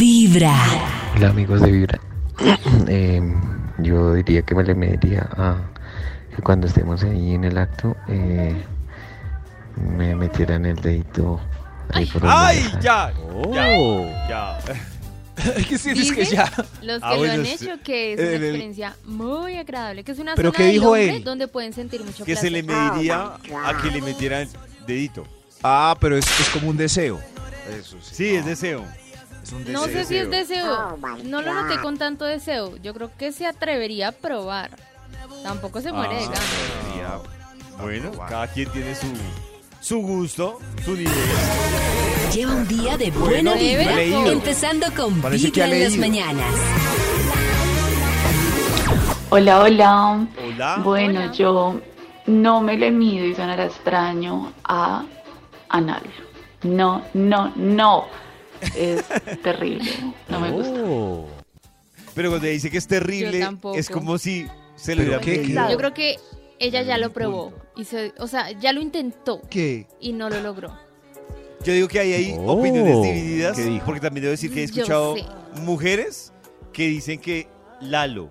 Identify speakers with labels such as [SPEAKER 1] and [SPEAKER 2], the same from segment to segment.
[SPEAKER 1] Vibra.
[SPEAKER 2] Hola amigos de Vibra. Eh, yo diría que me le mediría a que cuando estemos ahí en el acto eh, me metieran el dedito. ahí por donde
[SPEAKER 3] ¡Ay!
[SPEAKER 2] dejan.
[SPEAKER 3] Ya,
[SPEAKER 4] Oh.
[SPEAKER 3] ya. Es que sí, es que
[SPEAKER 5] Dicen
[SPEAKER 3] ya.
[SPEAKER 5] Los que
[SPEAKER 4] Ah,
[SPEAKER 5] lo
[SPEAKER 4] bueno,
[SPEAKER 5] han
[SPEAKER 4] sí.
[SPEAKER 5] hecho, que es
[SPEAKER 3] Eh,
[SPEAKER 5] una
[SPEAKER 3] el-
[SPEAKER 5] experiencia muy agradable, que es una
[SPEAKER 4] ¿Pero
[SPEAKER 5] zona
[SPEAKER 4] qué
[SPEAKER 5] del
[SPEAKER 4] dijo
[SPEAKER 5] hombre
[SPEAKER 4] él?
[SPEAKER 5] donde pueden sentir mucho
[SPEAKER 4] Que
[SPEAKER 5] placer.
[SPEAKER 4] se le mediría
[SPEAKER 5] Ah,
[SPEAKER 4] a que le metieran dedito.
[SPEAKER 3] Ah, pero es, es como un deseo. Eso
[SPEAKER 4] Sí, es deseo.
[SPEAKER 3] Es un
[SPEAKER 5] No sé si es deseo,
[SPEAKER 6] Oh, my
[SPEAKER 5] no lo noté con tanto deseo. Yo creo que se atrevería a probar. Tampoco se muere de
[SPEAKER 4] Ah,
[SPEAKER 5] ganas.
[SPEAKER 4] ya. Bueno,
[SPEAKER 3] Ah,
[SPEAKER 4] cada quien tiene su, su gusto, su nivel.
[SPEAKER 1] Lleva un día de buena vibra,
[SPEAKER 3] leído.
[SPEAKER 1] empezando con
[SPEAKER 3] Parece que
[SPEAKER 1] Vibra
[SPEAKER 3] ha
[SPEAKER 1] en las
[SPEAKER 3] leído.
[SPEAKER 1] mañanas.
[SPEAKER 7] Hola, hola.
[SPEAKER 4] Ah, Hola.
[SPEAKER 7] Bueno,
[SPEAKER 5] Hola.
[SPEAKER 7] yo no me le mido y sonará extraño a anal. No, no, no. Es terrible. No me gusta.
[SPEAKER 4] Oh. Pero cuando dice que es terrible,
[SPEAKER 5] Yo tampoco.
[SPEAKER 4] es como si se le
[SPEAKER 3] ¿Pero
[SPEAKER 4] hubiera
[SPEAKER 3] qué?
[SPEAKER 4] medido.
[SPEAKER 5] Yo creo que ella ya lo
[SPEAKER 4] Un
[SPEAKER 5] probó. Y se, o sea, ya lo intentó
[SPEAKER 3] ¿Qué?
[SPEAKER 5] y no lo logró.
[SPEAKER 4] Yo digo que ahí hay
[SPEAKER 3] Oh.
[SPEAKER 4] opiniones divididas,
[SPEAKER 3] ¿Qué dijo?
[SPEAKER 4] porque también debo decir que he
[SPEAKER 5] Yo
[SPEAKER 4] escuchado
[SPEAKER 5] sé.
[SPEAKER 4] mujeres que dicen que Lalo.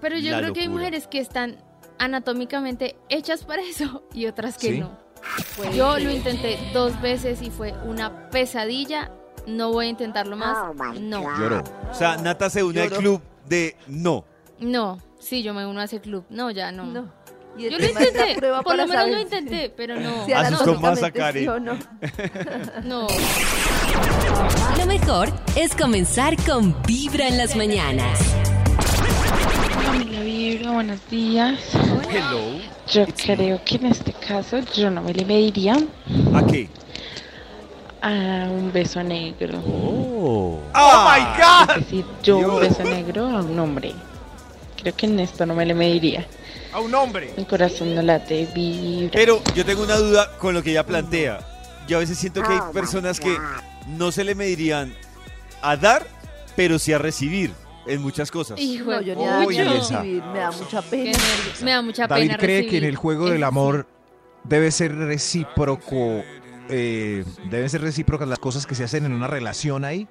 [SPEAKER 5] Pero yo
[SPEAKER 4] La
[SPEAKER 5] creo que hay
[SPEAKER 4] locura.
[SPEAKER 5] mujeres que están anatómicamente hechas para eso y otras que
[SPEAKER 3] ¿Sí?
[SPEAKER 5] no. Yo lo intenté dos veces y fue una pesadilla. No voy a intentarlo más.
[SPEAKER 6] Oh, my
[SPEAKER 5] No.
[SPEAKER 6] God.
[SPEAKER 3] Lloró.
[SPEAKER 4] O sea, Nata se une al club de no.
[SPEAKER 5] No, sí, yo me uno a ese club. No, ya no.
[SPEAKER 8] No. Y el
[SPEAKER 5] Yo lo
[SPEAKER 8] tema es la
[SPEAKER 5] intenté,
[SPEAKER 8] prueba
[SPEAKER 5] por lo
[SPEAKER 8] para
[SPEAKER 5] menos lo
[SPEAKER 8] saber
[SPEAKER 5] intenté, pero no.
[SPEAKER 8] si
[SPEAKER 3] Ah,
[SPEAKER 4] Asustó
[SPEAKER 5] no,
[SPEAKER 4] más a
[SPEAKER 8] anatómicamente
[SPEAKER 4] Karen.
[SPEAKER 8] sí o no.
[SPEAKER 5] no.
[SPEAKER 1] Lo mejor es comenzar con Vibra en las mañanas.
[SPEAKER 9] Familia Vibra, buenos días.
[SPEAKER 4] Hello.
[SPEAKER 9] Yo
[SPEAKER 4] It's me.
[SPEAKER 9] creo que en este caso yo no me le mediría
[SPEAKER 4] ¿A qué?
[SPEAKER 9] a un beso negro.
[SPEAKER 4] ¡Oh,
[SPEAKER 9] Es decir, yo un
[SPEAKER 4] Dios.
[SPEAKER 9] beso negro a un hombre. Creo que en esto no me le mediría.
[SPEAKER 3] A un hombre.
[SPEAKER 9] Mi corazón no late, vibra.
[SPEAKER 4] Pero yo tengo una duda con lo que ella plantea. Yo a veces siento que hay
[SPEAKER 6] Oh, my
[SPEAKER 4] personas que
[SPEAKER 6] God.
[SPEAKER 4] no se le medirían a dar, pero sí a recibir en muchas cosas.
[SPEAKER 5] Hijo
[SPEAKER 8] No,
[SPEAKER 5] de
[SPEAKER 8] yo ni
[SPEAKER 3] Uy,
[SPEAKER 8] a
[SPEAKER 5] pucha.
[SPEAKER 3] esa.
[SPEAKER 8] recibir, me da mucha
[SPEAKER 5] Qué
[SPEAKER 8] pena.
[SPEAKER 5] nervios. Me da mucha
[SPEAKER 3] David
[SPEAKER 5] pena
[SPEAKER 3] cree que en
[SPEAKER 5] recibir.
[SPEAKER 3] el juego del amor debe ser recíproco. eh, deben ser recíprocas las cosas que se hacen en una relación ahí.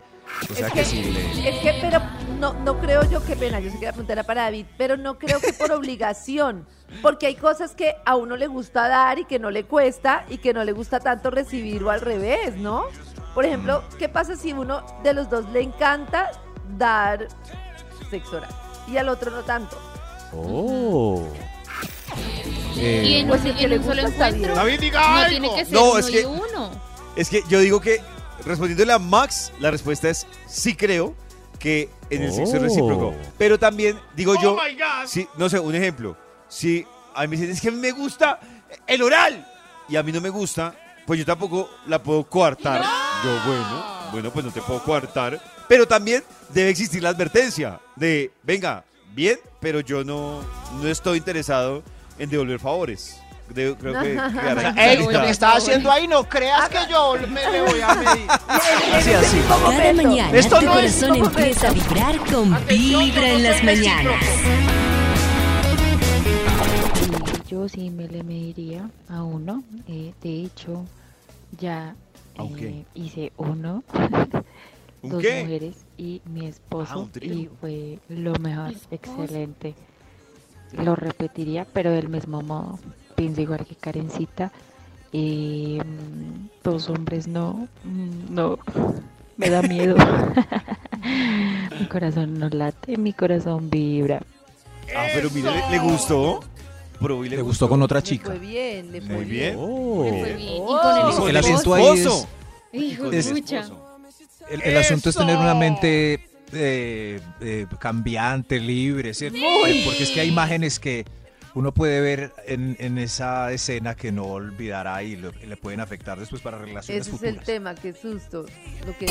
[SPEAKER 3] O sea
[SPEAKER 8] Es
[SPEAKER 3] que,
[SPEAKER 8] que-
[SPEAKER 3] si le-
[SPEAKER 8] Es que, pero no, no creo yo, qué pena, yo sé que la pregunta era para David, pero no creo que por obligación, porque hay cosas que a uno le gusta dar y que no le cuesta y que no le gusta tanto recibir o al revés, ¿no? Por ejemplo,
[SPEAKER 10] Mm.
[SPEAKER 8] ¿qué pasa si uno de los dos le encanta dar sexo oral y al otro no tanto?
[SPEAKER 3] eh,
[SPEAKER 5] Y en,
[SPEAKER 8] Pues
[SPEAKER 5] un-
[SPEAKER 8] el que
[SPEAKER 5] en
[SPEAKER 8] le
[SPEAKER 5] un solo
[SPEAKER 8] gusta está bien.
[SPEAKER 5] encuentro.
[SPEAKER 3] David,
[SPEAKER 5] No tiene que ser
[SPEAKER 4] No,
[SPEAKER 5] uno
[SPEAKER 4] es que-
[SPEAKER 5] y uno.
[SPEAKER 4] Es que yo digo que, respondiéndole a Max, la respuesta es sí creo que en el sexo es recíproco. Pero también, digo yo, si- no sé, un ejemplo. Si a mí me dicen, es que a mí me gusta el oral y a mí no me gusta, pues yo tampoco la puedo coartar. Yo, bueno, bueno, pues no te puedo coartar. Pero también debe existir la advertencia de, venga, bien, pero yo no, no estoy interesado en devolver favores. Debo- creo que quedar ahí
[SPEAKER 5] Ey,
[SPEAKER 4] clarita.
[SPEAKER 5] me está haciendo
[SPEAKER 10] ahí, no creas que yo me, voy a medir.
[SPEAKER 3] así, así.
[SPEAKER 1] Cada
[SPEAKER 8] Momento.
[SPEAKER 1] mañana
[SPEAKER 10] Esto
[SPEAKER 1] tu
[SPEAKER 10] no es
[SPEAKER 1] corazón
[SPEAKER 10] como
[SPEAKER 1] empieza a vibrar con Vibra en las mañanas.
[SPEAKER 9] Sí, yo sí me le mediría a uno. eh, de hecho, ya
[SPEAKER 4] ¿A un qué?
[SPEAKER 9] eh, hice uno,
[SPEAKER 4] ¿Un
[SPEAKER 9] dos
[SPEAKER 4] qué?
[SPEAKER 9] mujeres y mi
[SPEAKER 4] Ah,
[SPEAKER 9] esposo
[SPEAKER 4] un trío.
[SPEAKER 9] y fue lo mejor,
[SPEAKER 5] ¿Esposo?
[SPEAKER 9] excelente. Lo repetiría, pero del mismo modo. Pienso igual que Karencita. eh, mm, dos hombres no, mm, no, me da miedo. mi corazón no late, mi corazón vibra.
[SPEAKER 4] Ah, pero mire, le, le gustó. Probó y le,
[SPEAKER 3] Le gustó con otra chica.
[SPEAKER 8] Le fue bien, le fue
[SPEAKER 4] Muy bien.
[SPEAKER 5] Le fue
[SPEAKER 4] Muy
[SPEAKER 5] bien.
[SPEAKER 8] Oh.
[SPEAKER 5] Y
[SPEAKER 3] Hijo,
[SPEAKER 5] con
[SPEAKER 3] el
[SPEAKER 5] el
[SPEAKER 3] acento
[SPEAKER 5] esposo.
[SPEAKER 3] ahí es-
[SPEAKER 4] esposo.
[SPEAKER 5] Hijo
[SPEAKER 4] Con
[SPEAKER 5] de
[SPEAKER 4] el
[SPEAKER 3] es-
[SPEAKER 5] pucha.
[SPEAKER 4] esposo.
[SPEAKER 3] El, el asunto es tener una mente eh, eh, cambiante, libre, ¿cierto? Eh, Porque es que hay imágenes que uno puede ver en, en esa escena que no olvidará y lo- le pueden afectar después para relaciones
[SPEAKER 8] Ese es
[SPEAKER 3] futuras.
[SPEAKER 8] el tema, qué susto. Lo que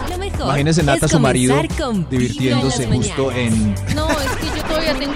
[SPEAKER 1] Lo mejor
[SPEAKER 3] Imagínese Nata,
[SPEAKER 1] es
[SPEAKER 3] su marido,
[SPEAKER 1] comenzar con Vibra en las
[SPEAKER 3] divirtiéndose justo
[SPEAKER 1] mañanas.
[SPEAKER 3] en
[SPEAKER 5] No, es que yo todavía tengo